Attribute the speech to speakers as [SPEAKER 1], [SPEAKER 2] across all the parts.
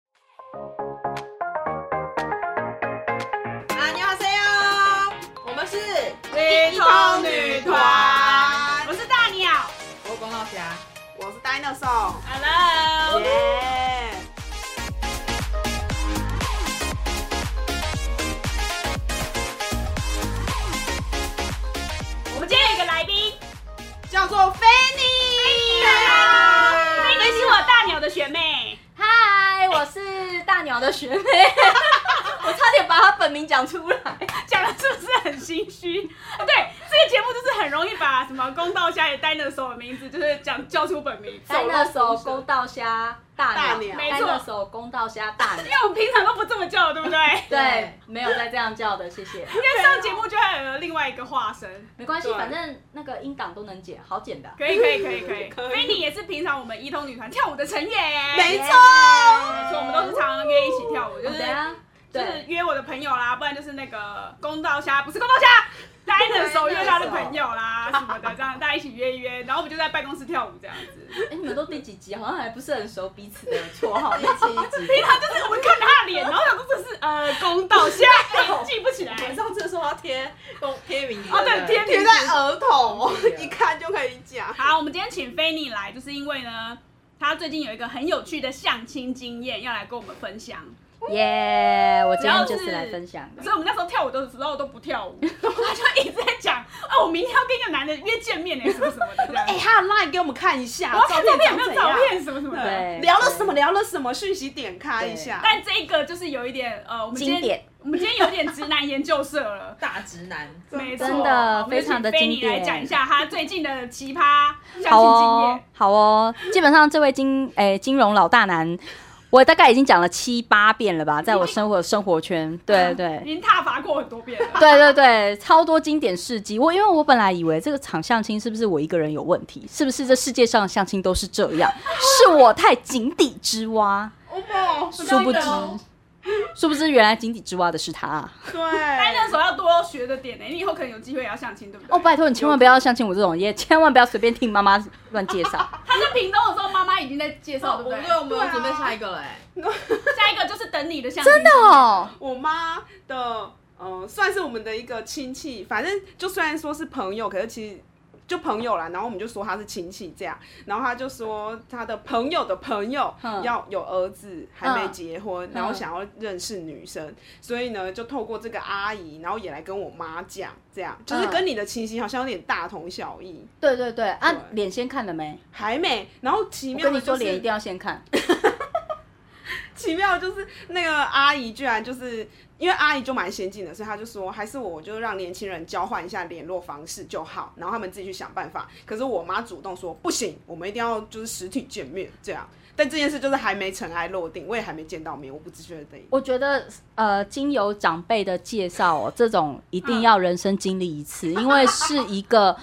[SPEAKER 1] 啊哦是
[SPEAKER 2] 微空女团
[SPEAKER 1] 我是大鸟。
[SPEAKER 2] 我光头侠。
[SPEAKER 1] 我是 Dinosaur。
[SPEAKER 2] Hello。
[SPEAKER 1] 耶！
[SPEAKER 2] 我们今天有一个来宾，
[SPEAKER 1] 叫做菲尼。
[SPEAKER 2] 菲尼啊是我大鸟的学妹。
[SPEAKER 3] 嗨，我是大鸟的学妹，我差点把她本名讲出来。
[SPEAKER 2] 讲的是不是很心虚？啊对，这个节目就是很容易把什么公道虾也呆那手的名字，就是讲叫出本名。
[SPEAKER 3] 单那手公道虾大
[SPEAKER 1] 大鸟
[SPEAKER 3] 鸟，
[SPEAKER 2] 没
[SPEAKER 3] 单
[SPEAKER 2] 错
[SPEAKER 3] 那手公道虾大
[SPEAKER 2] 因
[SPEAKER 3] 鸟。
[SPEAKER 2] 为我们平常都不这么叫，对不对？应
[SPEAKER 3] 对，没有再这样叫的，谢谢。
[SPEAKER 2] 该上节目就会有另外一个化身。
[SPEAKER 3] 没关系，
[SPEAKER 2] 对
[SPEAKER 3] 反正那个音档都能剪，好剪的。
[SPEAKER 2] 可以可以可以可以，
[SPEAKER 1] 可以
[SPEAKER 2] 菲尼也是平常我们一通女团跳舞的成员，
[SPEAKER 1] 没错，
[SPEAKER 2] 没错，我们都是常常约一起跳舞，就是
[SPEAKER 3] 等一下，
[SPEAKER 2] 就是
[SPEAKER 3] 对，
[SPEAKER 2] 约我的朋友啦，不然就是那个公道虾，不是公道 虾，大家的手约他的朋友啦什么的，这样大家一起约一约，然后我们就在办公室跳舞这样 子。
[SPEAKER 3] 哎，你们都第几集？好像还不是很熟彼此的绰号。
[SPEAKER 1] 第七集。
[SPEAKER 2] 他就是我看着他的脸，然后想说这是呃公道 虾，哎记不起来。
[SPEAKER 4] 我上次说要贴公贴名字
[SPEAKER 2] 哦，对，天
[SPEAKER 1] 贴
[SPEAKER 2] 女
[SPEAKER 1] 在额头，
[SPEAKER 4] 对啊。
[SPEAKER 1] 一看就可以讲。
[SPEAKER 2] 好，我们今天请菲尼来，就是因为呢，他最近有一个很有趣的相亲经验要来跟我们分享。
[SPEAKER 3] 耶，我今
[SPEAKER 2] 然后
[SPEAKER 3] 天就是来分享的
[SPEAKER 2] 所以。我们那时候跳舞的时候都不跳 舞，他就一直在讲，哦，我明天要跟一个男的约见面呢、什么什么的这样。
[SPEAKER 1] 哎，他的 line 给我们看一下，
[SPEAKER 2] 我要看照片有没
[SPEAKER 1] 长
[SPEAKER 2] 有
[SPEAKER 1] 怎
[SPEAKER 2] 照
[SPEAKER 1] 样？
[SPEAKER 2] 片什么什么的。
[SPEAKER 3] 对，
[SPEAKER 1] 聊了什么？聊了什么？讯息点开一下。
[SPEAKER 2] 但这个就是有一点呃，我们今
[SPEAKER 3] 经
[SPEAKER 2] 天
[SPEAKER 3] 典？
[SPEAKER 2] 我们今天有点直男研究社了
[SPEAKER 4] 大直男，
[SPEAKER 2] 没错，
[SPEAKER 3] 真的
[SPEAKER 2] 我们就
[SPEAKER 3] 非常的
[SPEAKER 2] 请菲尼
[SPEAKER 3] 经
[SPEAKER 2] 来
[SPEAKER 3] 典
[SPEAKER 2] 讲一下他最近的奇葩相亲
[SPEAKER 3] 好
[SPEAKER 2] 经
[SPEAKER 3] 哦
[SPEAKER 2] 验。，
[SPEAKER 3] 好哦。基本上这位金诶、金融老大男，我大概已经讲了七八遍了吧，在我生活生活圈，对
[SPEAKER 2] 已
[SPEAKER 3] 对。
[SPEAKER 2] 经踏伐过很多遍了。
[SPEAKER 3] 对对对，超多经典事迹。我因为我本来以为这个场相亲是不是我一个人有问题，是不是这世界上的相亲都是这样，是我太井底之蛙，
[SPEAKER 1] 哦
[SPEAKER 3] 殊不知，殊不知原来井底之蛙的是他、啊
[SPEAKER 1] 不，
[SPEAKER 2] 但那
[SPEAKER 1] 对，
[SPEAKER 2] 时候要多学着点呢、你以后可能有机会也要相亲，对不对？
[SPEAKER 3] 哦，拜托你千万不要相亲我这种，也千万不要随便听妈妈乱介绍。
[SPEAKER 2] 他在屏东的时候，妈妈已经在介绍，对不
[SPEAKER 4] 我
[SPEAKER 2] 对
[SPEAKER 4] 们？对我们有准备下一个嘞，
[SPEAKER 2] 下一个就是等你的相亲，
[SPEAKER 3] 真的哦，
[SPEAKER 1] 我妈的，呃，算是我们的一个亲戚，反正就虽然说是朋友，可是其实。就朋友啦，然后我们就说他是亲戚这样，然后他就说他的朋友的朋友
[SPEAKER 3] 嗯
[SPEAKER 1] 要有儿子还没
[SPEAKER 3] 嗯
[SPEAKER 1] 结婚，然后想要认识女生，所以呢就透过这个阿姨，然后也来跟我妈讲，这样就是
[SPEAKER 3] 嗯
[SPEAKER 1] 跟你的情形好像有点大同小异，
[SPEAKER 3] 对对对，啊
[SPEAKER 1] 对，
[SPEAKER 3] 脸先看了没？
[SPEAKER 1] 还没，然后奇
[SPEAKER 3] 我
[SPEAKER 1] 妙
[SPEAKER 3] 跟你
[SPEAKER 1] 的
[SPEAKER 3] 说，
[SPEAKER 1] 就是
[SPEAKER 3] 脸一定要先看。
[SPEAKER 1] 奇妙的就是那个阿姨居然就是因为阿姨就蛮先进的，所以她就说还是我就让年轻人交换一下联络方式就好，然后他们自己去想办法。可是我妈主动说不行，我们一定要就是实体见面这样。但这件事就是还没尘埃落定，我也还没见到面，我不知觉 得。
[SPEAKER 3] 我觉得呃，经由长辈的介绍、哦，这种一
[SPEAKER 2] 嗯
[SPEAKER 3] 定要人生经历一次，因为是一个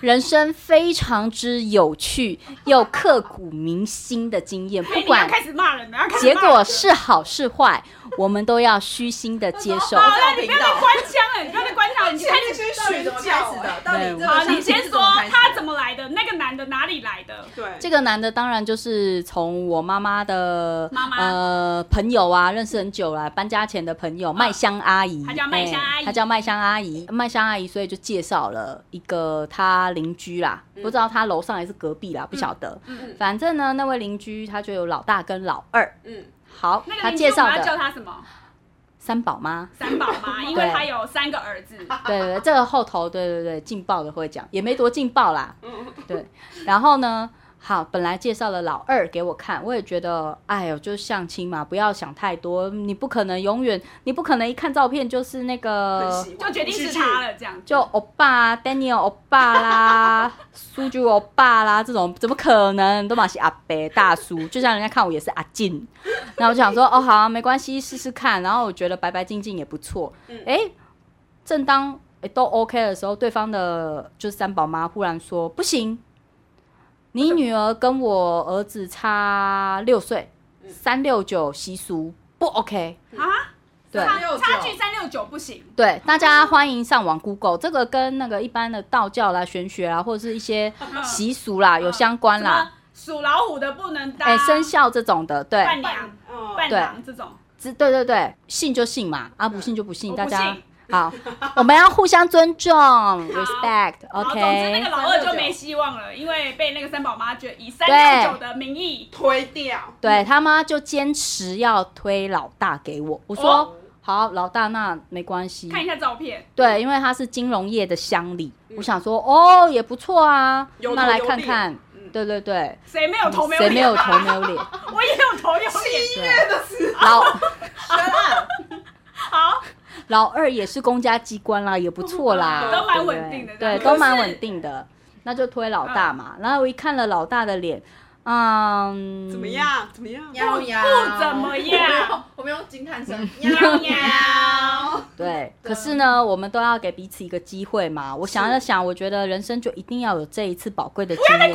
[SPEAKER 3] 人生非常之有趣又刻骨铭心的经验，
[SPEAKER 2] 哎
[SPEAKER 3] 不
[SPEAKER 2] 你要
[SPEAKER 3] 管
[SPEAKER 2] 开始骂人了，要开始
[SPEAKER 3] 结
[SPEAKER 2] 骂人
[SPEAKER 3] 果
[SPEAKER 2] 了。
[SPEAKER 3] 是好是坏，我们都要虚心的接 受。
[SPEAKER 2] 好了，
[SPEAKER 4] 这个
[SPEAKER 2] 你
[SPEAKER 4] 频
[SPEAKER 2] 不
[SPEAKER 4] 道
[SPEAKER 2] 要再关枪了，你不要再关枪了，你开始。
[SPEAKER 1] 先
[SPEAKER 4] 到底怎么开始的？到底这个
[SPEAKER 2] 好，
[SPEAKER 4] 相
[SPEAKER 2] 你
[SPEAKER 4] 亲
[SPEAKER 2] 先
[SPEAKER 4] 是
[SPEAKER 2] 说
[SPEAKER 4] 么开始的
[SPEAKER 2] 他怎么来的，那个男的哪里来的？
[SPEAKER 1] 对，
[SPEAKER 3] 这个男的当然就是从我妈妈的
[SPEAKER 2] 妈妈
[SPEAKER 3] 呃朋友啊，认识很久了，搬家前的朋友麦香阿姨，
[SPEAKER 2] 嗯她叫麦香阿姨
[SPEAKER 3] 哎她叫麦香阿姨，麦香阿姨，所以就介绍了一个她邻居啦，不知道她楼上还是隔壁啦，不晓得，
[SPEAKER 2] 嗯
[SPEAKER 3] 反正呢，那位邻居他就有老大跟老二，
[SPEAKER 1] 嗯，
[SPEAKER 3] 好，
[SPEAKER 2] 那个
[SPEAKER 3] 他
[SPEAKER 2] 邻
[SPEAKER 3] 介
[SPEAKER 2] 居我
[SPEAKER 3] 绍
[SPEAKER 2] 们要叫
[SPEAKER 3] 的
[SPEAKER 2] 他什么？
[SPEAKER 3] 三宝妈，
[SPEAKER 2] 三宝妈，因为他有三个儿子。
[SPEAKER 3] 对对对，这个后头对对对劲爆的会讲，也没多劲爆啦。对，然后呢，好，本来介绍了老二给我看，我也觉得，哎呦，就是相亲嘛，不要想太多，你不可能永远，你不可能一看照片就是那
[SPEAKER 1] 很
[SPEAKER 3] 个。
[SPEAKER 1] 喜欢
[SPEAKER 2] 就决定是他了，这样
[SPEAKER 3] 就欧巴、Daniel 欧巴啦、 苏菊欧巴啦，这种怎么可能？都嘛是阿伯大叔，就像人家看我也是阿进。然后我就想说，哦，好啊、没关系，试试看。然后我觉得白白净净也不错。
[SPEAKER 1] 嗯
[SPEAKER 3] 哎、正当诶都 OK 的时候，对方的就是三宝妈忽然说，不行，你女儿跟我儿子差六岁，三六九习俗不 OK。
[SPEAKER 2] 啊，
[SPEAKER 3] 对
[SPEAKER 2] 差
[SPEAKER 4] 369
[SPEAKER 2] 差距三六九不行，
[SPEAKER 3] 对，大家欢迎上网 Google，这个跟那个一般的道教啦、玄学啦，或者是一些习俗啦有相关啦。，
[SPEAKER 2] 嗯属老虎的不能当，
[SPEAKER 3] 哎、生肖这种的，对，
[SPEAKER 2] 伴娘、
[SPEAKER 1] 嗯，
[SPEAKER 2] 伴郎这种，
[SPEAKER 3] 只对对对，信就信嘛，啊不信就不
[SPEAKER 2] 嗯
[SPEAKER 3] 信，
[SPEAKER 2] 我
[SPEAKER 3] 大
[SPEAKER 2] 不
[SPEAKER 3] 家
[SPEAKER 2] 信，
[SPEAKER 3] 好，我们要互相尊重
[SPEAKER 2] 好哦总之那个
[SPEAKER 3] ，respect，OK，
[SPEAKER 2] 老二就没希望了，因为被那个三宝妈觉得以三六九的名义，
[SPEAKER 1] 推掉。
[SPEAKER 3] 对他妈就坚持要推老大给我，我说、
[SPEAKER 2] 哦
[SPEAKER 3] 好，老大那没关系，
[SPEAKER 2] 看一嗯下照片，
[SPEAKER 3] 对，因为他是金融业的乡里，我想说哦也不错啊，
[SPEAKER 1] 有头
[SPEAKER 3] 那来
[SPEAKER 1] 有
[SPEAKER 3] 看
[SPEAKER 1] 脸
[SPEAKER 3] 看，
[SPEAKER 1] 嗯
[SPEAKER 3] 对对对，
[SPEAKER 2] 谁没有头没有
[SPEAKER 3] 谁没
[SPEAKER 2] 脸
[SPEAKER 3] 有
[SPEAKER 2] 啊？
[SPEAKER 3] 头没有脸，
[SPEAKER 2] 我也有头有脸。
[SPEAKER 3] 对，老
[SPEAKER 1] 嗯
[SPEAKER 2] 好，
[SPEAKER 3] 老二也是公家机关啦，也不错啦，
[SPEAKER 2] 都蛮
[SPEAKER 3] 对不
[SPEAKER 2] 稳定的这
[SPEAKER 3] 对，
[SPEAKER 2] 样
[SPEAKER 3] 对
[SPEAKER 2] 可
[SPEAKER 3] 都蛮
[SPEAKER 2] 是嗯
[SPEAKER 3] 稳定的。那就推老大嘛，然后我一看了老大的脸，嗯，
[SPEAKER 1] 怎么？样？怎么样？
[SPEAKER 4] 喵喵，
[SPEAKER 2] 不怎么样，嗯
[SPEAKER 4] 我们用惊叹声，
[SPEAKER 2] 喵
[SPEAKER 4] 喵
[SPEAKER 2] 喵
[SPEAKER 4] 喵，
[SPEAKER 3] 对，
[SPEAKER 4] 对
[SPEAKER 3] 可是呢，我们都要给彼此一个机会嘛。我想了想，我觉得人生就一定要有这一次宝贵的经验。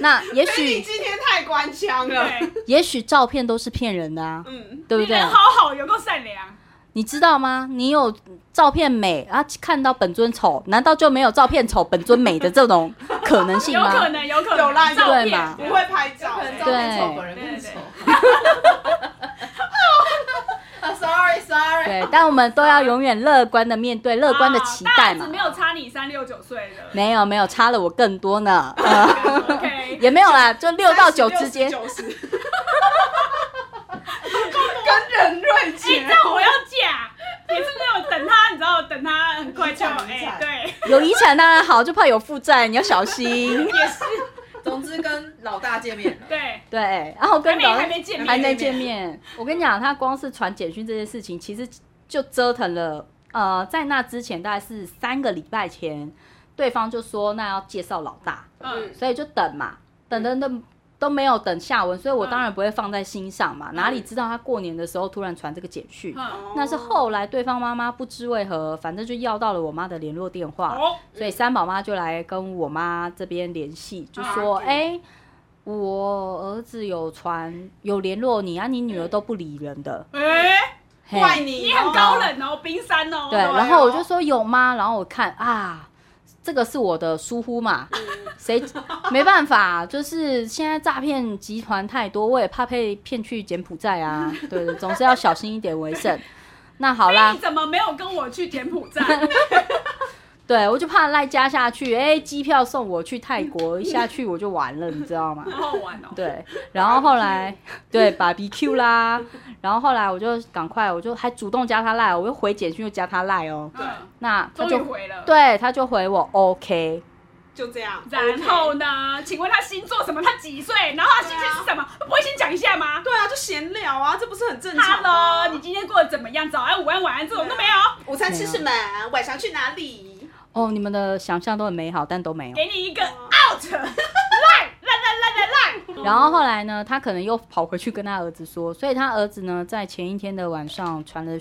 [SPEAKER 3] 那也
[SPEAKER 1] 你
[SPEAKER 3] 许，
[SPEAKER 1] 今天太官腔了。
[SPEAKER 2] 对，
[SPEAKER 3] 也许照片都是骗人的啊，
[SPEAKER 1] 嗯，
[SPEAKER 3] 对不
[SPEAKER 2] 你
[SPEAKER 3] 对？
[SPEAKER 2] 人好好，有够善良，
[SPEAKER 3] 你知道吗？你有照片美啊，看到本尊丑，难道就没有照片丑本尊美的这种可能 性
[SPEAKER 2] 有
[SPEAKER 3] 吗？
[SPEAKER 2] 可能，有可能，
[SPEAKER 1] 有啦有
[SPEAKER 2] 照
[SPEAKER 3] 对嘛
[SPEAKER 2] 片
[SPEAKER 1] 不会拍照
[SPEAKER 4] 可
[SPEAKER 1] 欸、
[SPEAKER 4] 能照片丑，本人更丑。 啊，sorry sorry，
[SPEAKER 3] 对，但我们都要永远乐观的面对，乐观的期待
[SPEAKER 2] 啊大儿
[SPEAKER 3] 嘛
[SPEAKER 2] 子。没有差你三六九岁的，
[SPEAKER 3] 没有没有，差了我更多 呢，呃
[SPEAKER 2] OK，哎
[SPEAKER 3] 也没有啦，就六到九之间。
[SPEAKER 1] 九十，跟任瑞
[SPEAKER 2] 哎、
[SPEAKER 1] 杰
[SPEAKER 2] 这，样我要嫁，也是没有等他，你知道，等他很快就
[SPEAKER 4] 你讲你
[SPEAKER 2] 哎、
[SPEAKER 4] 讲
[SPEAKER 2] 对，
[SPEAKER 3] 有遗产当然好，就怕有负债，你要小心。
[SPEAKER 4] 总之跟老大见面了，
[SPEAKER 2] 对，
[SPEAKER 3] 对，然后跟
[SPEAKER 2] 还没
[SPEAKER 3] 老
[SPEAKER 2] 还没 见面
[SPEAKER 3] 还没见面。我跟你讲，他光是传简讯这件事情，其实就折腾了。呃，在那之前大概是三个礼拜前，对方就说那要介绍老大，
[SPEAKER 2] 嗯，
[SPEAKER 3] 所以就等嘛，等等等都没有等下文，所以我当然不会放在心上嘛。哪里知道他过年的时候突然传这个简讯，
[SPEAKER 2] 嗯，
[SPEAKER 3] 那是后来对方妈妈不知为何，反正就要到了我妈的联络电话。
[SPEAKER 2] 哦，
[SPEAKER 3] 所以三宝妈就来跟我妈这边联系，就说：“
[SPEAKER 1] 嗯
[SPEAKER 3] 哎、我儿子有传有联络你啊，你女儿都不理人的。
[SPEAKER 2] 哎、
[SPEAKER 3] 嘿
[SPEAKER 1] 怪你哦，
[SPEAKER 2] 你很高冷哦，冰山哦，
[SPEAKER 3] 对，
[SPEAKER 1] 哦
[SPEAKER 3] 然后我就说有吗？然后我看啊，这个是我的疏忽嘛，
[SPEAKER 1] 嗯
[SPEAKER 3] 谁没办法，就是现在诈骗集团太多，我也怕被骗去柬埔寨啊。
[SPEAKER 1] 嗯
[SPEAKER 3] 对对，总是要小心一点 为胜。那好啦
[SPEAKER 2] 哎
[SPEAKER 1] 哎
[SPEAKER 2] 你，怎么没有跟我去柬埔 寨？
[SPEAKER 3] 对我就怕赖加下去，哎、机票送我去泰国，一下去我就完了，你知道吗？
[SPEAKER 2] 好好玩哦，
[SPEAKER 3] 对，然后后来对 BBQ 啦，然后后来我就赶快，我就还主动加他赖，我又回简讯又加他赖哦。
[SPEAKER 2] 嗯，
[SPEAKER 3] 那
[SPEAKER 2] 终
[SPEAKER 3] 他
[SPEAKER 2] 于
[SPEAKER 3] 就
[SPEAKER 2] 回了，，
[SPEAKER 3] 对他就回我 OK，
[SPEAKER 1] 就这样。
[SPEAKER 2] 然后呢？请问他星座什么？他几岁？然后他兴趣是什么？
[SPEAKER 3] 啊
[SPEAKER 2] 不会先讲一下吗
[SPEAKER 1] 对啊，就闲聊啊，这不是很正常吗
[SPEAKER 2] Hello，你今天过得怎么样？早安、午安、晚安，这种都没有。
[SPEAKER 1] 午餐吃什么？晚上去哪里？
[SPEAKER 3] 哦，你们的想象都很美好，但都没有。
[SPEAKER 2] 给你一个 out，烂 烂烂烂烂烂。
[SPEAKER 3] 然后后来呢，他可能又跑回去跟他儿子说，所以他儿子呢，在前一天的晚上传了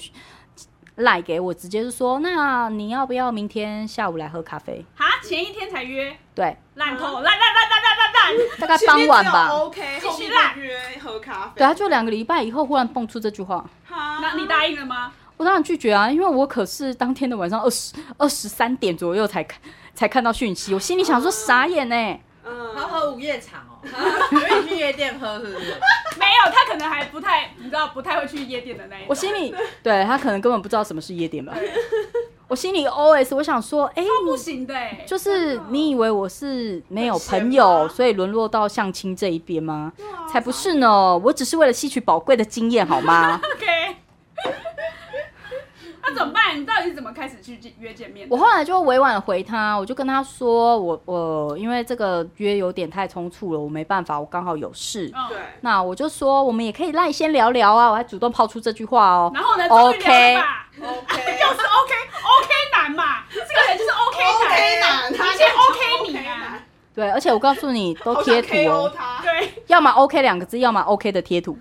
[SPEAKER 3] 赖给我，直接就说，那你要不要明天下午来喝咖啡？
[SPEAKER 2] 哈，前一天才约，
[SPEAKER 3] 对，
[SPEAKER 2] 烂透，烂烂烂烂烂烂烂。
[SPEAKER 3] 大概傍晚吧。
[SPEAKER 1] OK，
[SPEAKER 2] 继
[SPEAKER 1] 后
[SPEAKER 2] 续
[SPEAKER 1] 面
[SPEAKER 2] 啦
[SPEAKER 1] 就约喝咖啡。
[SPEAKER 3] 对，他就两个礼拜以后忽然蹦出这句话。
[SPEAKER 1] 哈，
[SPEAKER 2] 那你答应了吗？
[SPEAKER 3] 我当然拒绝啊，因为我可是当天的晚上二十二十三点左右才看才看到讯息，我心里想说傻眼欸呢、
[SPEAKER 1] 嗯，
[SPEAKER 4] 他喝午夜场 哦，因为你去夜店喝是不是？
[SPEAKER 2] 没有，他可能还不太，你知道，不太会去夜店的那一种。
[SPEAKER 3] 我心里对他可能根本不知道什么是夜店吧，我心里 OS 我想说，哎、
[SPEAKER 2] 不
[SPEAKER 3] 你
[SPEAKER 2] 行的哎，
[SPEAKER 3] 就是你以为我是没有朋
[SPEAKER 1] 很闲
[SPEAKER 3] 友，
[SPEAKER 1] 吗
[SPEAKER 3] 所以沦落到相亲这一边吗？
[SPEAKER 1] 啊
[SPEAKER 3] 才不是呢，我只是为了吸取宝贵的经验好吗？
[SPEAKER 2] OK。那怎么办？你到底是怎么开始去见约见面的？
[SPEAKER 3] 我后来就委婉地回他，我就跟他说，我我因为这个约有点太冲突了，我没办法，我刚好有事。
[SPEAKER 2] 嗯
[SPEAKER 1] 对，
[SPEAKER 3] 那我就说，我们也可以赖先聊聊啊，我还主动抛出这句话哦。
[SPEAKER 2] 然后呢？终于
[SPEAKER 3] OK
[SPEAKER 2] 聊了吧。
[SPEAKER 1] OK，
[SPEAKER 2] 又是 OK OK 男嘛，这个人就是 OK 男
[SPEAKER 1] OK 男，他
[SPEAKER 2] 一切
[SPEAKER 1] 就是
[SPEAKER 2] OK 你
[SPEAKER 1] OK
[SPEAKER 2] 啊
[SPEAKER 1] 男，
[SPEAKER 3] 对，而且我告诉你，都
[SPEAKER 1] 好想
[SPEAKER 3] 贴图
[SPEAKER 1] KO
[SPEAKER 3] 哦，
[SPEAKER 1] 他。
[SPEAKER 2] 对，
[SPEAKER 3] 要么 OK 两个字，要么 OK 的贴图。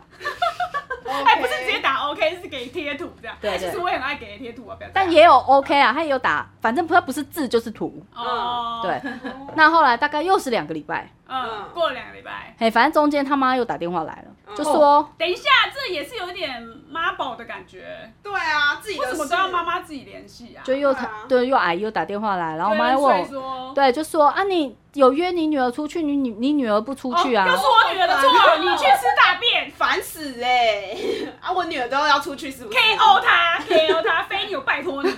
[SPEAKER 2] 哎，
[SPEAKER 1] OK
[SPEAKER 2] 不是直接打 OK，是给贴图这样。
[SPEAKER 3] 对
[SPEAKER 2] 哎
[SPEAKER 3] 对
[SPEAKER 2] 其实我也很爱给贴图啊，不要这样。
[SPEAKER 3] 但也有 OK 啊，他也有打，反正不它不是字就是图。
[SPEAKER 2] 哦，
[SPEAKER 3] 嗯对，，那后来大概又是两个礼拜，
[SPEAKER 2] 嗯，过了两个礼拜，
[SPEAKER 3] 嘿，反正中间他妈又打电话来
[SPEAKER 2] 哦
[SPEAKER 3] 了，就说
[SPEAKER 2] 等一下，这也是有点妈宝的感觉，
[SPEAKER 1] 对啊，自己
[SPEAKER 2] 为
[SPEAKER 1] 的
[SPEAKER 2] 什么
[SPEAKER 1] 事
[SPEAKER 2] 都要妈妈自己联系啊？
[SPEAKER 3] 就又
[SPEAKER 1] 对
[SPEAKER 3] 他
[SPEAKER 1] 啊
[SPEAKER 3] 对又阿姨又打电话来，然后我妈又
[SPEAKER 2] 所
[SPEAKER 3] 问
[SPEAKER 2] 以
[SPEAKER 3] 我，
[SPEAKER 2] 说，
[SPEAKER 3] 对，就说啊你有约你女儿出去，你女你
[SPEAKER 2] 哦
[SPEAKER 3] 女儿不出去啊
[SPEAKER 2] 啊哦又？是我女儿的错，你去吃大便。
[SPEAKER 1] 烦死哎、欸！啊，我女 女了之后要出去是不是
[SPEAKER 2] KO 他，KO 他，飞牛，拜托你。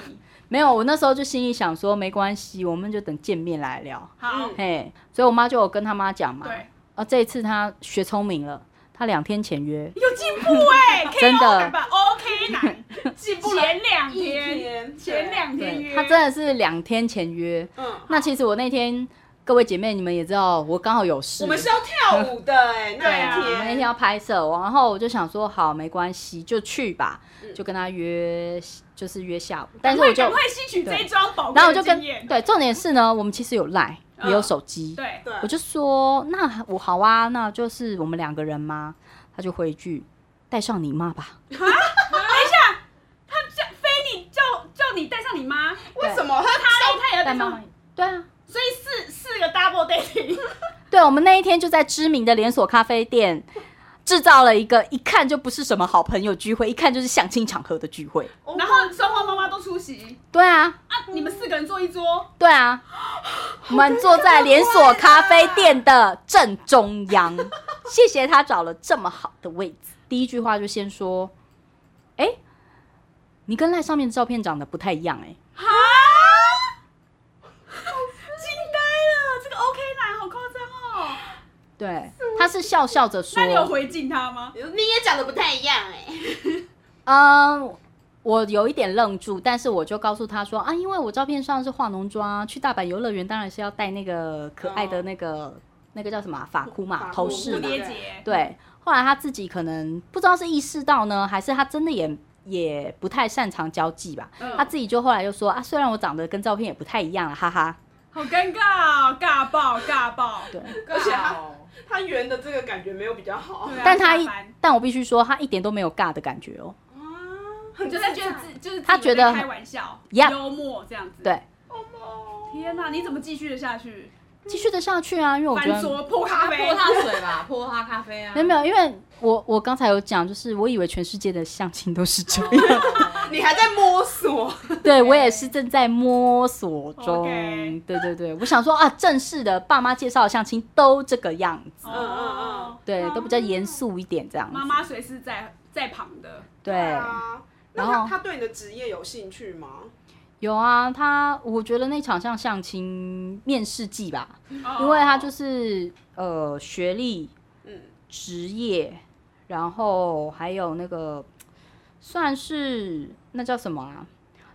[SPEAKER 3] 没有，我那时候就心里想说，没关系，我们就等见面来聊。
[SPEAKER 2] 好，
[SPEAKER 1] 嗯
[SPEAKER 3] 嘿，所以我妈就有跟她妈讲嘛。
[SPEAKER 2] 对，
[SPEAKER 3] 啊，这一次她学聪明了，她两天前约，
[SPEAKER 2] 有进步哎
[SPEAKER 3] 真
[SPEAKER 2] ，KO
[SPEAKER 3] 的
[SPEAKER 2] 男吧，OK 男，进步了。前两
[SPEAKER 1] 一
[SPEAKER 2] 天，
[SPEAKER 1] 天
[SPEAKER 2] 前两天
[SPEAKER 3] 对，
[SPEAKER 2] 约，
[SPEAKER 3] 她真的是两天前约。
[SPEAKER 1] 嗯，
[SPEAKER 3] 那其实我那天，各位姐妹你们也知道，我刚好有事，
[SPEAKER 1] 我们是要跳舞的哎、那
[SPEAKER 2] 对啊
[SPEAKER 1] 一
[SPEAKER 3] 我们那天
[SPEAKER 1] 天，
[SPEAKER 3] 要拍摄，然后我就想说，好，没关系，就去吧，就跟她约，就是约下午。但
[SPEAKER 2] 赶
[SPEAKER 3] 是我
[SPEAKER 2] 快嗯
[SPEAKER 3] 就
[SPEAKER 2] 赶，快吸取这一桩宝
[SPEAKER 3] 然后
[SPEAKER 2] 贵
[SPEAKER 3] 我就
[SPEAKER 2] 的
[SPEAKER 3] 跟
[SPEAKER 2] 经验。
[SPEAKER 3] 对，重点是呢，我们其实有赖，也有
[SPEAKER 2] 嗯
[SPEAKER 3] 手机，
[SPEAKER 2] 对，
[SPEAKER 1] 对，
[SPEAKER 3] 我就说那我好啊，那就是我们两个人吗？他就回一句带上你妈吧，
[SPEAKER 2] 他叫非你叫叫你带上你妈，
[SPEAKER 1] 为什么他
[SPEAKER 2] 他他也要
[SPEAKER 3] 带
[SPEAKER 2] 带
[SPEAKER 3] 妈
[SPEAKER 2] 上
[SPEAKER 3] 妈。。对啊，
[SPEAKER 2] 所以四四个 double dating，
[SPEAKER 3] 对我们那一天就在知名的连锁咖啡店制造了一个一看就不是什么好朋友聚会，一看就是相亲场合的聚会。
[SPEAKER 2] 然后双方妈妈都出席
[SPEAKER 3] 对啊，
[SPEAKER 2] 啊，你们四个人坐一桌，
[SPEAKER 3] 对啊，我们坐在连锁咖啡店的正中 央，谢谢他找了这么好的位置。第一句话就先说，哎、你跟赖上面的照片长得不太一样、哎。
[SPEAKER 2] 惊呆了，这个 OK 男好夸张哦！
[SPEAKER 3] 对，他是笑笑着说
[SPEAKER 2] 那你有回敬他吗？
[SPEAKER 4] 你也长得不太一样哎、：“
[SPEAKER 3] 嗯，我有一点愣住，但是我就告诉他说啊，因为我照片上是化浓妆啊，去大阪游乐园当然是要戴那个可爱的那个、那个叫什么啊发箍嘛，
[SPEAKER 1] 发箍
[SPEAKER 3] 头
[SPEAKER 2] 蝴
[SPEAKER 3] 饰嘛。
[SPEAKER 2] 蝶结，
[SPEAKER 3] 对，后来他自己可能不知道是意识到呢，还是他真的也。”也不太擅长交际吧，
[SPEAKER 2] 嗯
[SPEAKER 3] 他自己就后来就说啊，虽然我长得跟照片也不太一样了，哈哈，
[SPEAKER 2] 好尴尬、哦，尬爆，尬爆。
[SPEAKER 3] 对，
[SPEAKER 1] 而且他
[SPEAKER 4] 靠
[SPEAKER 1] 他圆的这个感觉没有比较好，
[SPEAKER 2] 对啊
[SPEAKER 3] 但他一
[SPEAKER 2] 下班
[SPEAKER 3] 但我必须说，他一点都没有尬的感觉哦，
[SPEAKER 1] 很
[SPEAKER 2] 就是觉得自就是
[SPEAKER 3] 他
[SPEAKER 2] 自己有
[SPEAKER 3] 觉得
[SPEAKER 2] 在开玩笑、
[SPEAKER 3] Yeah
[SPEAKER 2] 幽默这样子。
[SPEAKER 3] 对，
[SPEAKER 2] 天哪，你怎么继续的下去？
[SPEAKER 3] 继续的下去啊，因为我觉
[SPEAKER 2] 翻
[SPEAKER 3] 得
[SPEAKER 2] 桌破咖啡，
[SPEAKER 4] 泼他水吧，泼他咖啡啊。
[SPEAKER 3] 没有没有，因为我我刚才有讲，就是我以为全世界的相亲都是这样，
[SPEAKER 1] 你还在摸索，
[SPEAKER 3] 对我也是正在摸索中。
[SPEAKER 2] OK
[SPEAKER 3] 对对对，我想说啊，正式的爸妈介绍的相亲都这个样子，
[SPEAKER 2] 哦，
[SPEAKER 3] 对，都比较严
[SPEAKER 2] 肃。
[SPEAKER 3] 肃一点这样子
[SPEAKER 2] 妈。妈随时在在旁的，
[SPEAKER 3] 对，
[SPEAKER 1] 啊。那
[SPEAKER 3] 然
[SPEAKER 1] 他
[SPEAKER 3] 后
[SPEAKER 1] 他对你的职业有兴趣吗？
[SPEAKER 3] 有啊，他我觉得那场像相亲面试季吧，因
[SPEAKER 2] 因
[SPEAKER 3] 为他就是呃学历、
[SPEAKER 1] 嗯，
[SPEAKER 3] 职业，然后还有那个算是那叫什么啊，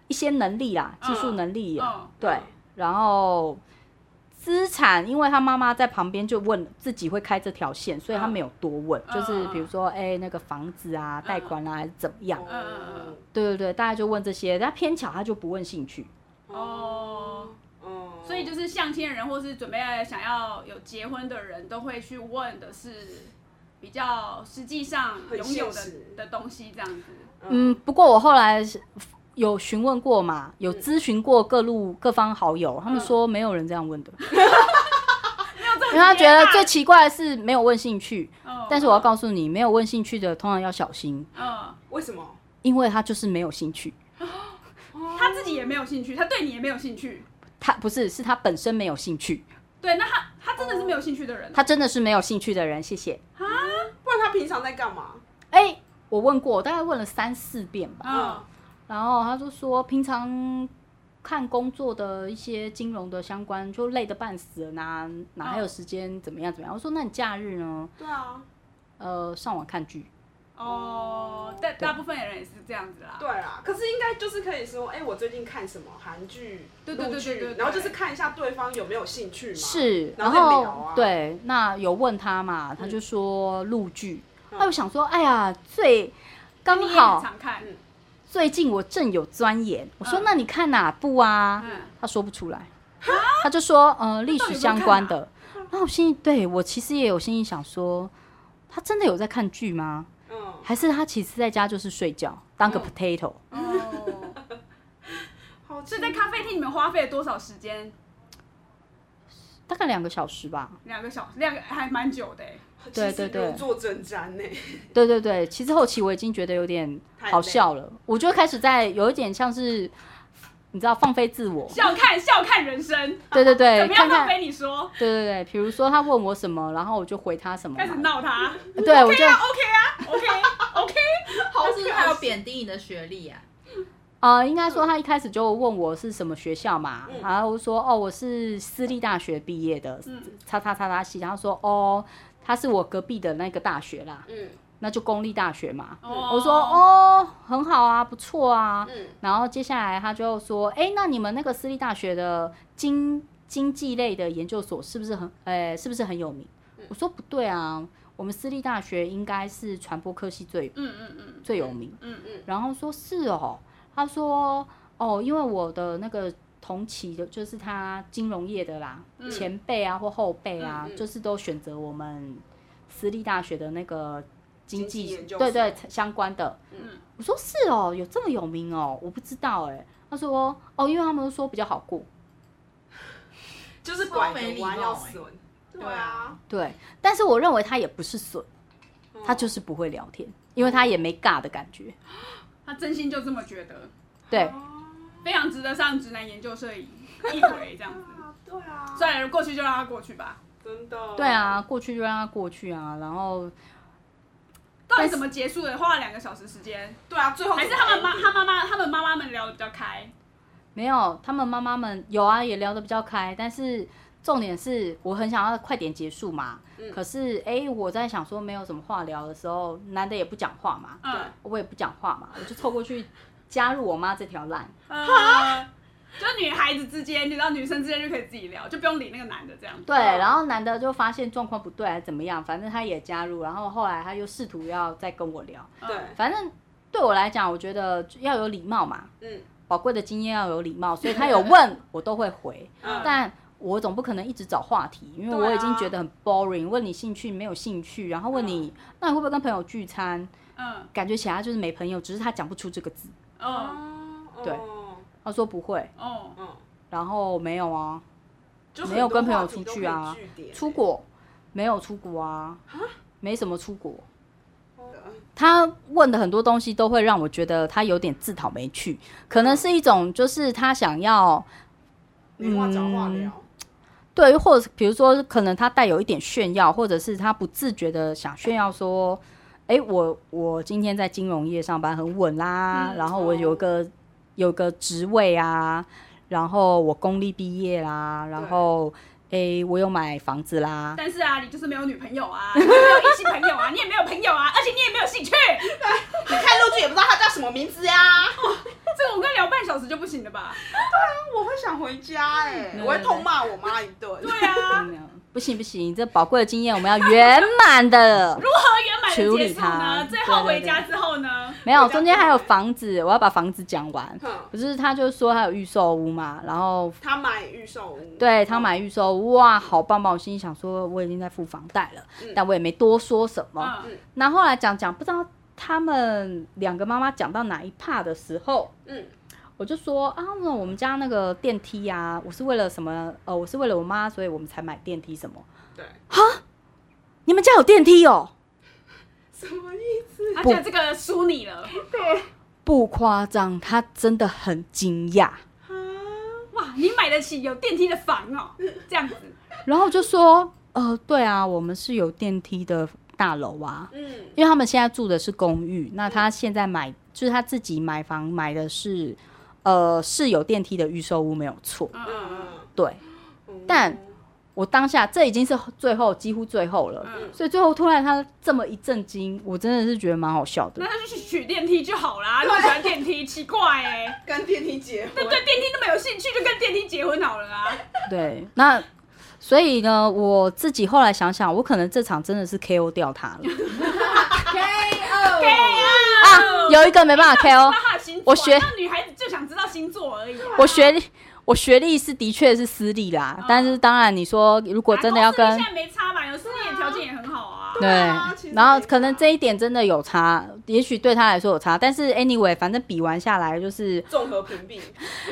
[SPEAKER 3] 一些能力啦，技术
[SPEAKER 2] 嗯
[SPEAKER 3] 能力啊、
[SPEAKER 2] 嗯
[SPEAKER 3] 对，然后资产，因为他妈妈在旁边就问自己会开这条线，所以他
[SPEAKER 2] 嗯
[SPEAKER 3] 没有多问，就是比如
[SPEAKER 2] 嗯
[SPEAKER 3] 说哎、那个房子啊、贷款啊、还是怎么样，
[SPEAKER 2] 嗯
[SPEAKER 3] 对对对，大家就问这些，但偏巧他就不问兴趣，
[SPEAKER 2] 哦，
[SPEAKER 1] 哦
[SPEAKER 2] 所以就是相亲的人或是准备要想要有结婚的人都会去问的是比较实际上拥有
[SPEAKER 1] 很现
[SPEAKER 2] 的
[SPEAKER 1] 实
[SPEAKER 2] 的东西这样子。
[SPEAKER 3] 嗯，不过我后来是有询问过嘛，有咨询过各
[SPEAKER 2] 嗯
[SPEAKER 3] 路各方好友，他们说没有人这样 问的， 因为他觉得最奇怪的是没有问兴趣。
[SPEAKER 2] 嗯
[SPEAKER 3] 但是我要告诉你，没有问兴趣的通常要小心，
[SPEAKER 2] 嗯，
[SPEAKER 1] 为什么？
[SPEAKER 3] 因为他就是没有兴趣。
[SPEAKER 2] 他自己也没有兴趣，他对你也没有兴趣。
[SPEAKER 3] 他不是，是他本身没有兴趣，
[SPEAKER 2] 对，那他他真的是没有兴趣的人
[SPEAKER 3] 他真的是没有兴趣的人。谢谢。
[SPEAKER 2] 啊。
[SPEAKER 1] 不然他平常在干嘛？
[SPEAKER 3] 哎、我问过，我大概问了三四遍吧，
[SPEAKER 2] 嗯，
[SPEAKER 3] 然后他就说平常看工作的一些金融的相关，就累得半死了，哪哪还有时间怎么样怎么样？我说那你假日呢？
[SPEAKER 1] 对啊，
[SPEAKER 3] 呃，上网看剧。
[SPEAKER 2] 哦，大大部分人也是这样子啦。
[SPEAKER 1] 对啦，可是应该就是可以说，哎、我最近看什么韩剧、
[SPEAKER 2] 对对对
[SPEAKER 1] 陆剧
[SPEAKER 2] 对对对
[SPEAKER 1] 然后就是看一下对方有没有兴趣嘛。，
[SPEAKER 3] 是，
[SPEAKER 1] 然
[SPEAKER 3] 然
[SPEAKER 1] 后再
[SPEAKER 3] 后
[SPEAKER 1] 聊啊
[SPEAKER 3] 对，那有问他嘛，他就说陆剧。那我想说，哎呀，最刚
[SPEAKER 2] 你也很
[SPEAKER 3] 好
[SPEAKER 2] 常看，
[SPEAKER 1] 嗯
[SPEAKER 3] 最近我正有钻研，我说
[SPEAKER 2] 嗯
[SPEAKER 3] 那你看哪部啊？
[SPEAKER 2] 嗯
[SPEAKER 3] 他说不出来，他就说呃历
[SPEAKER 2] 到底
[SPEAKER 3] 史
[SPEAKER 2] 有没有
[SPEAKER 3] 相
[SPEAKER 2] 看
[SPEAKER 3] 关
[SPEAKER 2] 啊
[SPEAKER 3] 的。那我心里对我其实也有心里想说，他真的有在看剧吗？
[SPEAKER 1] 嗯，
[SPEAKER 3] 还是他其实在家就是睡觉，当
[SPEAKER 2] 嗯
[SPEAKER 3] 个 potato？
[SPEAKER 1] 嗯
[SPEAKER 2] 哦，
[SPEAKER 1] 好奇
[SPEAKER 2] 所
[SPEAKER 1] 怪，
[SPEAKER 2] 以在咖啡厅里面花费了多少时间？
[SPEAKER 3] 大概两个小时吧。
[SPEAKER 2] 两个小时，两个还蛮久的欸。
[SPEAKER 3] 对对对
[SPEAKER 1] 坐针毡呢，
[SPEAKER 3] 对对对，其实后期我已经觉得有点
[SPEAKER 1] 太
[SPEAKER 3] 好
[SPEAKER 1] 累
[SPEAKER 3] 笑了，我就开始在有一点像是，你知道放飞 自我。
[SPEAKER 2] 笑看笑看人生，
[SPEAKER 3] 对对
[SPEAKER 2] 怎
[SPEAKER 3] 对，
[SPEAKER 2] 么样
[SPEAKER 3] 看
[SPEAKER 2] 放
[SPEAKER 3] 看，
[SPEAKER 2] 飞你说，
[SPEAKER 3] 对对对，比如说他问我什么，然后我就回他什么
[SPEAKER 2] 开始
[SPEAKER 3] 嘛。
[SPEAKER 2] 闹他。
[SPEAKER 3] 对，我就
[SPEAKER 2] OK 啊，OK OK，
[SPEAKER 1] 好
[SPEAKER 4] 他是不是贬低你的学历啊？
[SPEAKER 3] 呃，应该说他一开始就问我是什么学校嘛，然后我说哦，我是私立大学毕业的，叉叉叉叉系。然后说哦，他是我隔壁的那个大学啦，
[SPEAKER 1] 嗯
[SPEAKER 3] 那就公立大学嘛。
[SPEAKER 2] 哦
[SPEAKER 3] 我说，哦，很好啊，不错啊。
[SPEAKER 1] 嗯
[SPEAKER 3] 然后接下来他就说，哎、那你们那个私立大学的经经济类的研究所是不是很，呃，是不是很有名？我说不对啊，我们私立大学应该是传播科系最
[SPEAKER 2] 嗯嗯嗯
[SPEAKER 3] 最有名。
[SPEAKER 2] 嗯嗯，
[SPEAKER 3] 然后说是哦，他说哦，因为我的那个同期的，就是他金融业的啦，
[SPEAKER 2] 嗯
[SPEAKER 3] 前辈啊或后辈啊，
[SPEAKER 1] 嗯嗯嗯
[SPEAKER 3] 就是都选择我们私立大学的那个经
[SPEAKER 1] 经
[SPEAKER 3] 济，
[SPEAKER 1] 济研究
[SPEAKER 3] 对
[SPEAKER 1] 所
[SPEAKER 3] 对相关的。
[SPEAKER 1] 嗯
[SPEAKER 3] 我说是哦，有这么有名哦，我不知道哎。他说哦，因为他们都说比较好过。
[SPEAKER 1] 就是
[SPEAKER 4] 超
[SPEAKER 1] 拐
[SPEAKER 4] 没
[SPEAKER 1] 个
[SPEAKER 4] 礼
[SPEAKER 1] 弯
[SPEAKER 4] 貌
[SPEAKER 1] 要
[SPEAKER 4] 欸
[SPEAKER 1] 损，对
[SPEAKER 4] 啊
[SPEAKER 1] 啊，
[SPEAKER 3] 对，但是我认为他也不是损，
[SPEAKER 1] 嗯
[SPEAKER 3] 他就是不会聊天，因为他也没尬的感觉。
[SPEAKER 2] 他真心就这么觉得，
[SPEAKER 3] 对，
[SPEAKER 1] 啊
[SPEAKER 2] 非常值得上直男研究社 一一回这样子。
[SPEAKER 1] 啊对啊，
[SPEAKER 2] 算了，过去就让他过去吧。
[SPEAKER 1] 真的，
[SPEAKER 3] 对啊，，过去就让他过去啊，然后
[SPEAKER 2] 到底怎么结束的？花了两个小时时间，
[SPEAKER 1] 对啊，最后
[SPEAKER 2] 还是哎他们妈、他妈妈、他们妈妈们聊的比较开。
[SPEAKER 3] 没有，他们妈妈们有啊，也聊得比较开，但是重点是我很想要快点结束嘛。可是哎、诶我在想说没有什么话聊的时候，男的也不讲话嘛，
[SPEAKER 2] 嗯，
[SPEAKER 3] 我也不讲话嘛，我就凑过去加入我妈这条烂。
[SPEAKER 2] 呃，就女孩子之间，你知道女生之间就可以自己聊，就不用理那个男的这样子。
[SPEAKER 3] 对，然后男的就发现状况不对，还是怎么样，反正他也加入，然后后来他又试图要再跟我聊，
[SPEAKER 2] 嗯
[SPEAKER 1] 对，
[SPEAKER 3] 反正对我来讲，我觉得要有礼貌嘛，
[SPEAKER 1] 嗯
[SPEAKER 3] 宝贵的经验要有礼貌，所以他有问我都会回，
[SPEAKER 1] 嗯
[SPEAKER 3] 但我总不可能一直找话题，因为
[SPEAKER 1] 对啊嗯
[SPEAKER 3] 我已经觉得很 boring。问你兴趣没有兴趣，然后问你、那你会不会跟朋友聚餐，
[SPEAKER 2] 嗯
[SPEAKER 3] 感觉起来他就是没朋友，只是他讲不出这个字。
[SPEAKER 2] 哦
[SPEAKER 3] 嗯对
[SPEAKER 1] 哦
[SPEAKER 3] 他说不会，
[SPEAKER 2] 哦，
[SPEAKER 1] 嗯，
[SPEAKER 3] 然后没有啊，
[SPEAKER 1] 就
[SPEAKER 3] 没有跟朋友出去
[SPEAKER 1] 去
[SPEAKER 3] 啊，出国没有出国啊，没什么出国。他问的很多东西都会让我觉得他有点自讨没趣，可
[SPEAKER 1] 嗯
[SPEAKER 3] 能是一种就是他想要
[SPEAKER 1] 没话找话
[SPEAKER 3] 嗯
[SPEAKER 1] 聊，
[SPEAKER 3] 对，或者比如说，可能他带有一点炫耀，或者是他不自觉的想炫耀说：“哎、我我今天在金融业上班很稳啦，
[SPEAKER 2] 嗯
[SPEAKER 3] 然后我有
[SPEAKER 1] 哦
[SPEAKER 3] 个、有个职位啊，然后我公立毕业啦，然后哎、诶我有买房子啦。
[SPEAKER 2] 但是啊，你就是没有女朋友啊， 你没有异性朋友啊，你也没有朋友啊，而且你也没有兴趣，
[SPEAKER 1] 你看陆剧也不知道他叫什么名字呀，
[SPEAKER 2] 这个我跟你聊半小时就不行了吧？
[SPEAKER 1] 我会想回家哎，我会痛骂我妈一顿，
[SPEAKER 2] 对啊，
[SPEAKER 3] 没有不行不行，这宝贵的经验我们要圆满的。
[SPEAKER 2] 如何圆满
[SPEAKER 3] 处
[SPEAKER 2] 的
[SPEAKER 3] 理
[SPEAKER 2] 结束
[SPEAKER 3] 它
[SPEAKER 2] 呢？最后
[SPEAKER 3] 对对
[SPEAKER 2] 回家之后呢？
[SPEAKER 3] 没有，中间还有房子，我要把房子讲完。
[SPEAKER 1] 哼
[SPEAKER 3] 不是，他就说他有预售屋嘛，然后
[SPEAKER 1] 他买预售屋，
[SPEAKER 3] 对他买预售，哇，好棒棒！我心里想说，我已经在付房贷了，但我也没多说什么。
[SPEAKER 2] 嗯
[SPEAKER 3] 那、后来讲讲，不知道他们两个妈妈讲到哪一 part 的时候，
[SPEAKER 1] 嗯
[SPEAKER 3] 我就说啊，那我们家那个电梯呀、我是为了什么？呃，我是为了我妈，所以我们才买电梯什么？
[SPEAKER 1] 对，
[SPEAKER 3] 你们家有电梯哦？
[SPEAKER 1] 什么意思？
[SPEAKER 2] 他觉得这个输你了，
[SPEAKER 3] 不夸张，他真的很惊讶，
[SPEAKER 2] 哇，你买得起有电梯的房哦，这样子，
[SPEAKER 3] 然后就说，呃，对啊，我们是有电梯的大楼啊。
[SPEAKER 1] 嗯
[SPEAKER 3] 因为他们现在住的是公寓，那他现在买就是他自己买房买的是，呃，是有电梯的预售屋没有错。
[SPEAKER 2] 嗯嗯
[SPEAKER 1] 嗯
[SPEAKER 3] 对
[SPEAKER 1] 嗯，
[SPEAKER 3] 但我当下这已经是最后几乎最后了，
[SPEAKER 2] 嗯，
[SPEAKER 3] 所以最后突然他这么一震惊，我真的是觉得蛮好笑的
[SPEAKER 2] 那。他就去取电梯就好啦，那么喜欢电梯，奇怪哎、
[SPEAKER 1] 跟电梯结
[SPEAKER 2] 对
[SPEAKER 1] 婚，
[SPEAKER 2] 对，电梯那么有兴趣，就跟电梯结婚好了啊。
[SPEAKER 3] 对，那所以呢，我自己后来想想，我可能这场真的是 KO 掉他了
[SPEAKER 4] K O
[SPEAKER 2] 对啊，
[SPEAKER 3] 啊，有一个没办法
[SPEAKER 2] 那
[SPEAKER 3] KO，
[SPEAKER 2] 他的星座啊，
[SPEAKER 3] 哦我学
[SPEAKER 2] 那女孩子就想知道星座而已啊。
[SPEAKER 3] 我学历我学历是的确是私立啦，但是当然你说如果真的要
[SPEAKER 2] 嗯啊公司现
[SPEAKER 3] 跟
[SPEAKER 2] 在没差吧？有私立的条件也很好啊。
[SPEAKER 3] 对
[SPEAKER 1] 啊其实，
[SPEAKER 3] 然后
[SPEAKER 1] 没
[SPEAKER 3] 可能
[SPEAKER 1] 差
[SPEAKER 3] 这一点真的有差，也许对他来说有差，但是 anyway，反正比完下来就是，
[SPEAKER 1] 综合屏蔽，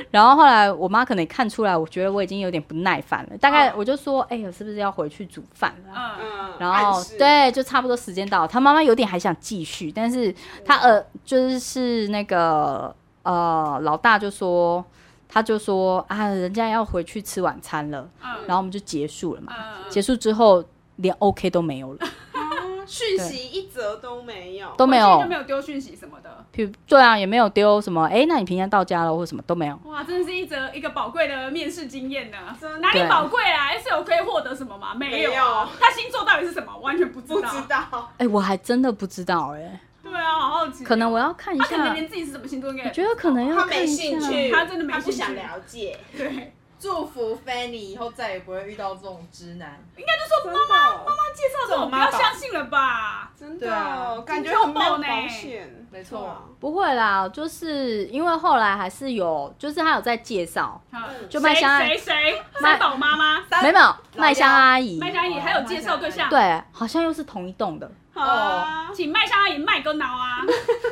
[SPEAKER 3] 然后后来我妈可能也看出来，我觉得我已经有点不耐烦了，大
[SPEAKER 1] 啊
[SPEAKER 3] 概我就说，哎、我是不是要回去煮饭了啊？
[SPEAKER 2] 嗯，
[SPEAKER 1] 嗯，
[SPEAKER 3] 然后
[SPEAKER 1] 暗示，
[SPEAKER 3] 对，就差不多时间到了，他妈妈有点还想继续，但是他呃，就是是那个呃老大就说，他就说啊，人家要回去吃晚餐了，
[SPEAKER 2] 嗯
[SPEAKER 3] 然后我们就结束了嘛，
[SPEAKER 2] 嗯
[SPEAKER 3] 结束之后连 OK 都没有了。
[SPEAKER 1] 啊讯息一则都没有，
[SPEAKER 3] 都没
[SPEAKER 2] 我记得
[SPEAKER 3] 有
[SPEAKER 2] 就没，有丢讯息什么的。
[SPEAKER 3] 譬如对啊，也没有丢什么，哎、那你平安到家了或什么都没有。
[SPEAKER 2] 哇，真的是一则一个宝贵的面试经验呢
[SPEAKER 1] 真的，
[SPEAKER 2] 哪里宝贵啊？S 有可以获得什么吗？没有
[SPEAKER 1] 没有，
[SPEAKER 2] 啊他星座到底是什么，完全不知
[SPEAKER 1] 不
[SPEAKER 2] 道
[SPEAKER 1] 知。道。
[SPEAKER 3] 哎、我还真的不知道哎、
[SPEAKER 2] 对啊，好好奇哦。
[SPEAKER 3] 可能我要看一
[SPEAKER 2] 他可能
[SPEAKER 3] 下，
[SPEAKER 2] 连自己是什么星座应该也
[SPEAKER 3] 我觉得可能要
[SPEAKER 1] 他
[SPEAKER 3] 看
[SPEAKER 1] 没
[SPEAKER 3] 一
[SPEAKER 1] 兴趣，
[SPEAKER 3] 下。
[SPEAKER 2] 他真的没
[SPEAKER 1] 他不
[SPEAKER 2] 兴趣
[SPEAKER 1] 想了解。
[SPEAKER 2] 对。
[SPEAKER 4] 祝福 Fanny 以后再也不会遇到这种直男。
[SPEAKER 1] 真的哦，妈妈
[SPEAKER 2] 介绍这种不要相信了吧？
[SPEAKER 1] 真
[SPEAKER 4] 对
[SPEAKER 1] 的哦
[SPEAKER 4] 啊
[SPEAKER 1] 感觉很没有
[SPEAKER 2] 金钟
[SPEAKER 1] 保
[SPEAKER 2] 罩呢
[SPEAKER 1] 险。
[SPEAKER 4] 没错
[SPEAKER 1] 对啊
[SPEAKER 3] 不会啦，就是因为后来还是有，就是他有在介绍，
[SPEAKER 2] 好
[SPEAKER 3] 就麦香
[SPEAKER 2] 谁谁谁
[SPEAKER 3] 麦
[SPEAKER 2] 三宝妈妈，
[SPEAKER 4] 三
[SPEAKER 3] 没有没有
[SPEAKER 4] 老
[SPEAKER 3] 麦香
[SPEAKER 4] 幺
[SPEAKER 3] 阿姨，
[SPEAKER 2] 麦香阿姨还有介绍对象，，
[SPEAKER 3] 对，好像又是同一栋的，
[SPEAKER 1] 好啊，
[SPEAKER 2] 请麦香阿姨麦跟挠啊，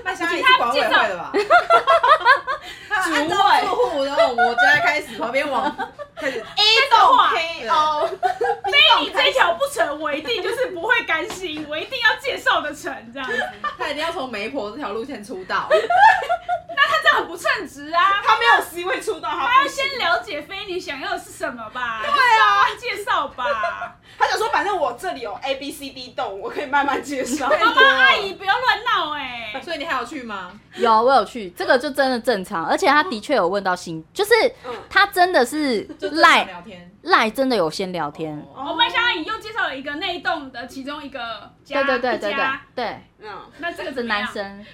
[SPEAKER 4] 麦香阿姨是管委会 的吧？
[SPEAKER 1] 主
[SPEAKER 4] 按照
[SPEAKER 1] 委
[SPEAKER 4] 住户，然后我家开始旁边往开始
[SPEAKER 1] A
[SPEAKER 2] 话
[SPEAKER 1] K O，
[SPEAKER 2] 非你这条不成，我一定就是不会甘心，我一定要介绍的成这样子，
[SPEAKER 4] 他一定要从媒婆这条路线出道。
[SPEAKER 2] 他这样很不称职啊。
[SPEAKER 1] 他没有 C 位出道，
[SPEAKER 2] 他
[SPEAKER 1] 他
[SPEAKER 2] 要
[SPEAKER 1] 不行
[SPEAKER 2] 先了解非你想要的是什么吧？对啊，介绍 吧。
[SPEAKER 1] 他想说，反正我这里有 A B C D 栋，我可以慢慢介 绍。
[SPEAKER 2] 妈妈阿姨不要乱闹哎。
[SPEAKER 4] 所以你还有去吗？
[SPEAKER 3] 有我有去，这个就真的正常，而且他的确有问到星，就是
[SPEAKER 1] 嗯
[SPEAKER 3] 他真的是
[SPEAKER 4] 就正常
[SPEAKER 3] 赖
[SPEAKER 4] 聊天。
[SPEAKER 3] 赖真的有先聊天，
[SPEAKER 4] 哦
[SPEAKER 2] 哦，麦香阿姨又介绍了一个那一栋的其中一个家，
[SPEAKER 3] 对对对
[SPEAKER 2] 一
[SPEAKER 3] 对对
[SPEAKER 2] 家
[SPEAKER 3] 对，
[SPEAKER 1] 嗯，
[SPEAKER 2] 那这个
[SPEAKER 3] 是
[SPEAKER 2] 怎么样
[SPEAKER 3] 男，生，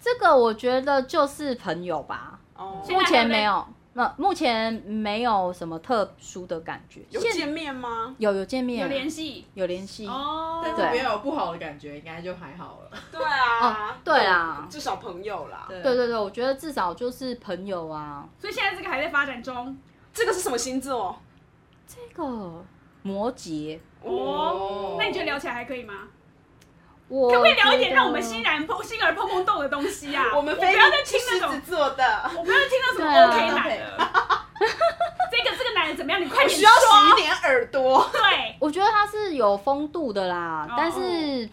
[SPEAKER 3] 这个我觉得就是朋友吧，
[SPEAKER 1] 哦，
[SPEAKER 2] 现
[SPEAKER 3] 目
[SPEAKER 2] 在还
[SPEAKER 3] 前
[SPEAKER 2] 有在
[SPEAKER 3] 没有，那目前没有什么特殊的感觉，
[SPEAKER 1] 有
[SPEAKER 3] 现
[SPEAKER 1] 见面吗？
[SPEAKER 3] 有有见
[SPEAKER 2] 有
[SPEAKER 3] 面，
[SPEAKER 2] 联系
[SPEAKER 3] 有联系，
[SPEAKER 2] 哦。
[SPEAKER 4] 但是不
[SPEAKER 3] 嗯对
[SPEAKER 4] 要有不好的感觉，应该就还好了。
[SPEAKER 1] 对啊
[SPEAKER 3] 哦，对啦
[SPEAKER 1] 至少朋友啦。
[SPEAKER 3] 对对对，我觉得至少就是朋友啊，
[SPEAKER 2] 所以现在这个还在发展中
[SPEAKER 1] 这个是什么星座？
[SPEAKER 3] 这个摩羯，
[SPEAKER 2] 哦。那你觉得聊起来还可以吗？
[SPEAKER 3] 我
[SPEAKER 2] 可不可以聊一点
[SPEAKER 3] 觉
[SPEAKER 2] 让
[SPEAKER 3] 得
[SPEAKER 2] 我们欣然怦心而怦怦动的东西 啊？
[SPEAKER 1] 我们
[SPEAKER 2] 不
[SPEAKER 1] 非
[SPEAKER 2] 要再听
[SPEAKER 1] 狮
[SPEAKER 2] 那
[SPEAKER 1] 子
[SPEAKER 2] 种，
[SPEAKER 1] 座的，
[SPEAKER 2] 我不要再听那种
[SPEAKER 3] 对啊
[SPEAKER 2] OK 男的。 这个这个男人怎么样？你快
[SPEAKER 1] 我
[SPEAKER 2] 点
[SPEAKER 1] 需要
[SPEAKER 2] 说。
[SPEAKER 1] 洗一点耳朵。
[SPEAKER 2] 对，
[SPEAKER 3] 我觉得他是有风度的啦，
[SPEAKER 2] 哦
[SPEAKER 3] 但是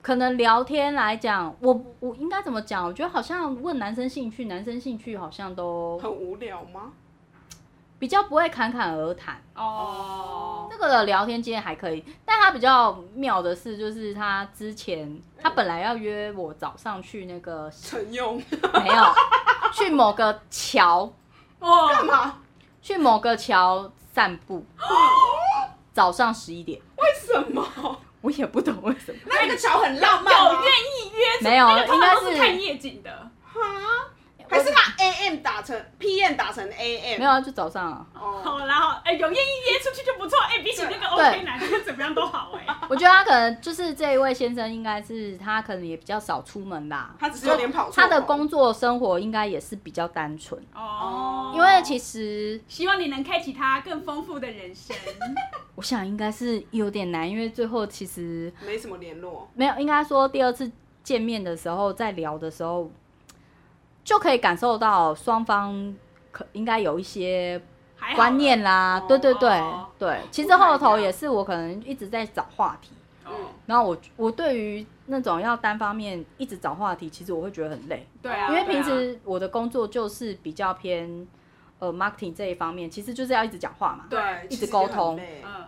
[SPEAKER 3] 可能聊天来讲，我我应该怎么讲？我觉得好像问男生兴趣，男生兴趣好像都
[SPEAKER 1] 很无聊吗？
[SPEAKER 3] 比较不会侃侃而谈。
[SPEAKER 2] 哦，
[SPEAKER 3] 那个的聊天经验还可以，但他比较妙的是，就是他之前他本来要约我早上去那 个
[SPEAKER 1] 陈用
[SPEAKER 3] 没有去某个桥，
[SPEAKER 1] 干
[SPEAKER 2] 哦，
[SPEAKER 1] 嘛？
[SPEAKER 3] 去某个桥散步，早上十一点，
[SPEAKER 1] 为什么？
[SPEAKER 3] 我也不懂为什么，
[SPEAKER 1] 那个桥很浪漫啊
[SPEAKER 2] 有
[SPEAKER 1] 吗
[SPEAKER 2] 愿？意约这，
[SPEAKER 3] 没有，
[SPEAKER 2] 那个
[SPEAKER 3] 应
[SPEAKER 2] 通常
[SPEAKER 3] 该
[SPEAKER 2] 都是看夜景的。
[SPEAKER 1] 啊，还是把 AM 打成 PM 打成 AM？
[SPEAKER 3] 没有啊，就早上、啊。
[SPEAKER 1] 哦，
[SPEAKER 2] 好啦，好，哎，有愿意约出去就不错。哎，比起那个 OK 男的，怎么样都好哎。
[SPEAKER 3] 我觉得他可能就是这一位先生，应该是他可能也比较少出门啦。
[SPEAKER 1] 他只是有点跑错。
[SPEAKER 3] 他的工作生活应该也是比较单纯，
[SPEAKER 2] 哦，
[SPEAKER 3] 因为其实
[SPEAKER 2] 希望你能开启他更丰富的人 生。
[SPEAKER 3] 我想应该是有点难，因为最后其实
[SPEAKER 1] 没什么联络，
[SPEAKER 3] 没有，应该说第二次见面的时候，在聊的时候，就可以感受到双方可应该有一些
[SPEAKER 2] 还好啦
[SPEAKER 3] 观念啦，对对对、
[SPEAKER 2] 哦
[SPEAKER 3] 对。其实后头也是我可能一直在找话题，
[SPEAKER 2] 哦，
[SPEAKER 3] 然后我我对于那种要单方面一直找话题，其实我会觉得很累。
[SPEAKER 2] 对啊，
[SPEAKER 3] 因为平
[SPEAKER 2] 对啊
[SPEAKER 3] 时我的工作就是比较偏呃 marketing 这一方面，其实就是要一直讲话嘛，
[SPEAKER 1] 对，
[SPEAKER 3] 一直沟通
[SPEAKER 1] 其实也很累
[SPEAKER 2] 嗯，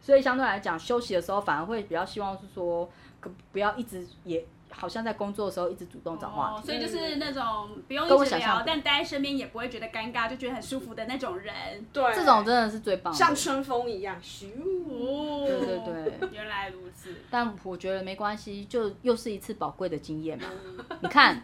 [SPEAKER 3] 所以相对来讲，休息的时候反而会比较希望是说，可不要一直也好像在工作的时候一直主动找话
[SPEAKER 2] 哦，
[SPEAKER 3] 题。
[SPEAKER 2] 所以就是那种不用
[SPEAKER 3] 跟我
[SPEAKER 2] 一直
[SPEAKER 3] 想象
[SPEAKER 2] 聊
[SPEAKER 3] 的，
[SPEAKER 2] 但待在身边也不会觉得尴尬，就觉得很舒服的那种 人。
[SPEAKER 1] 对，
[SPEAKER 3] 这种真的是最棒的。
[SPEAKER 1] 像春风一样，咻，
[SPEAKER 2] 哦，
[SPEAKER 3] 对对对，
[SPEAKER 2] 原来如此。
[SPEAKER 3] 但我觉得没关系，就又是一次宝贵的经验嘛。你看，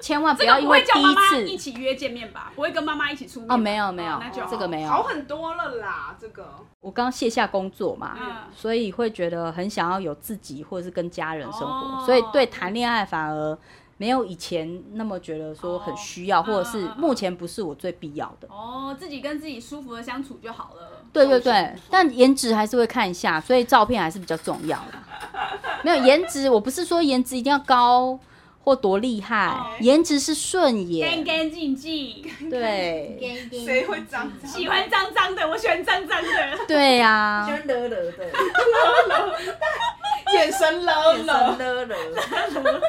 [SPEAKER 3] 千万不要
[SPEAKER 2] 这个
[SPEAKER 3] 因
[SPEAKER 2] 不
[SPEAKER 3] 为
[SPEAKER 2] 会
[SPEAKER 3] 第
[SPEAKER 2] 叫妈
[SPEAKER 3] 一
[SPEAKER 2] 妈一
[SPEAKER 3] 次
[SPEAKER 2] 起约见面吧？不会跟妈妈一起出面吧
[SPEAKER 3] 哦，没有没有
[SPEAKER 2] 那就好，
[SPEAKER 3] 这个没有。
[SPEAKER 1] 好很多了啦，这个
[SPEAKER 3] 我刚卸下工作嘛，
[SPEAKER 2] 嗯
[SPEAKER 3] 所以会觉得很想要有自己或者是跟家人生活，
[SPEAKER 2] 哦
[SPEAKER 3] 所以对谈恋爱反而没有以前那么觉得说很需要，
[SPEAKER 2] 哦
[SPEAKER 3] 或者是
[SPEAKER 2] 嗯嗯嗯
[SPEAKER 3] 目前不是我最必要的。
[SPEAKER 2] 哦，自己跟自己舒服的相处就好了。
[SPEAKER 3] 对对对，但颜值还是会看一下，所以照片还是比较重要的。没有颜值，我不是说颜值一定要高或多厉害
[SPEAKER 2] 哦，
[SPEAKER 3] 颜值是顺
[SPEAKER 2] 干
[SPEAKER 3] 眼，
[SPEAKER 2] 干净净，
[SPEAKER 3] 对
[SPEAKER 1] 谁会脏脏？
[SPEAKER 2] 喜欢脏脏的，我喜欢脏脏 的。
[SPEAKER 3] 对啊呀、
[SPEAKER 4] 欢惹 惹的，
[SPEAKER 1] 眼神冷冷，
[SPEAKER 4] 惹惹，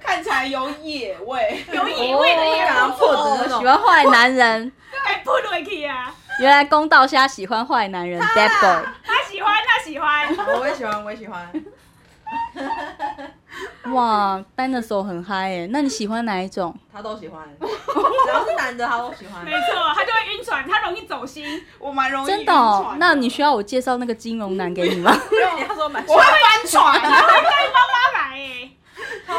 [SPEAKER 1] 看起来有野味，
[SPEAKER 2] 有野味的也
[SPEAKER 4] 敢
[SPEAKER 2] 不
[SPEAKER 4] 破的那
[SPEAKER 3] 喜
[SPEAKER 4] 种。
[SPEAKER 3] 欢坏男人，
[SPEAKER 2] 还不落去啊！
[SPEAKER 3] 原来公道虾喜欢坏男人，bad boy。
[SPEAKER 2] 他喜欢，他喜欢。
[SPEAKER 4] 我也喜欢，我也喜欢。
[SPEAKER 3] 哇，Dinosaur 很嗨耶！那你喜欢哪一种？
[SPEAKER 4] 他都喜欢， 只要是男的他都喜欢
[SPEAKER 2] 没。错，他就会晕船，他容易走心。
[SPEAKER 1] 我蛮容易
[SPEAKER 3] 真的、
[SPEAKER 1] 晕
[SPEAKER 3] 哦
[SPEAKER 1] 船？
[SPEAKER 3] 那你需要我介绍那个金融男给你吗？
[SPEAKER 4] 因为 你要说蛮 喜
[SPEAKER 1] 我会
[SPEAKER 4] 欢，
[SPEAKER 1] 翻船，
[SPEAKER 2] 他带妈妈来哎，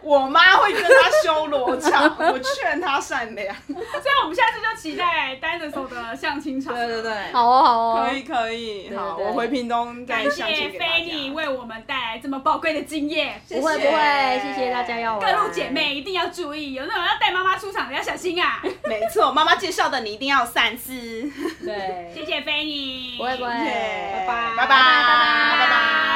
[SPEAKER 1] 我妈会跟他修罗 场，我劝他善良。
[SPEAKER 2] 所以我们下次就期待单着手的相亲场。
[SPEAKER 4] 对对。对，
[SPEAKER 3] 好哦，好哦
[SPEAKER 1] 可，以可以，好，
[SPEAKER 3] 对对
[SPEAKER 1] 我回屏东再
[SPEAKER 2] 感
[SPEAKER 1] 相亲
[SPEAKER 2] 谢
[SPEAKER 1] 给大
[SPEAKER 2] 菲尼
[SPEAKER 1] 家。
[SPEAKER 2] 为我们带来这么宝贵的经验，
[SPEAKER 4] 谢谢
[SPEAKER 3] 不会不会，谢谢大家要我
[SPEAKER 2] 各
[SPEAKER 3] 来
[SPEAKER 2] 路姐，妹一定要注意，有那种要带妈妈出场的要小心啊！
[SPEAKER 1] 没错，妈妈介绍的你一定要三思。
[SPEAKER 3] 对，
[SPEAKER 2] 谢谢菲尼，
[SPEAKER 3] 不会不会，
[SPEAKER 1] 耶
[SPEAKER 3] 拜拜
[SPEAKER 1] 拜拜拜
[SPEAKER 2] 哎拜
[SPEAKER 1] 拜
[SPEAKER 2] 拜。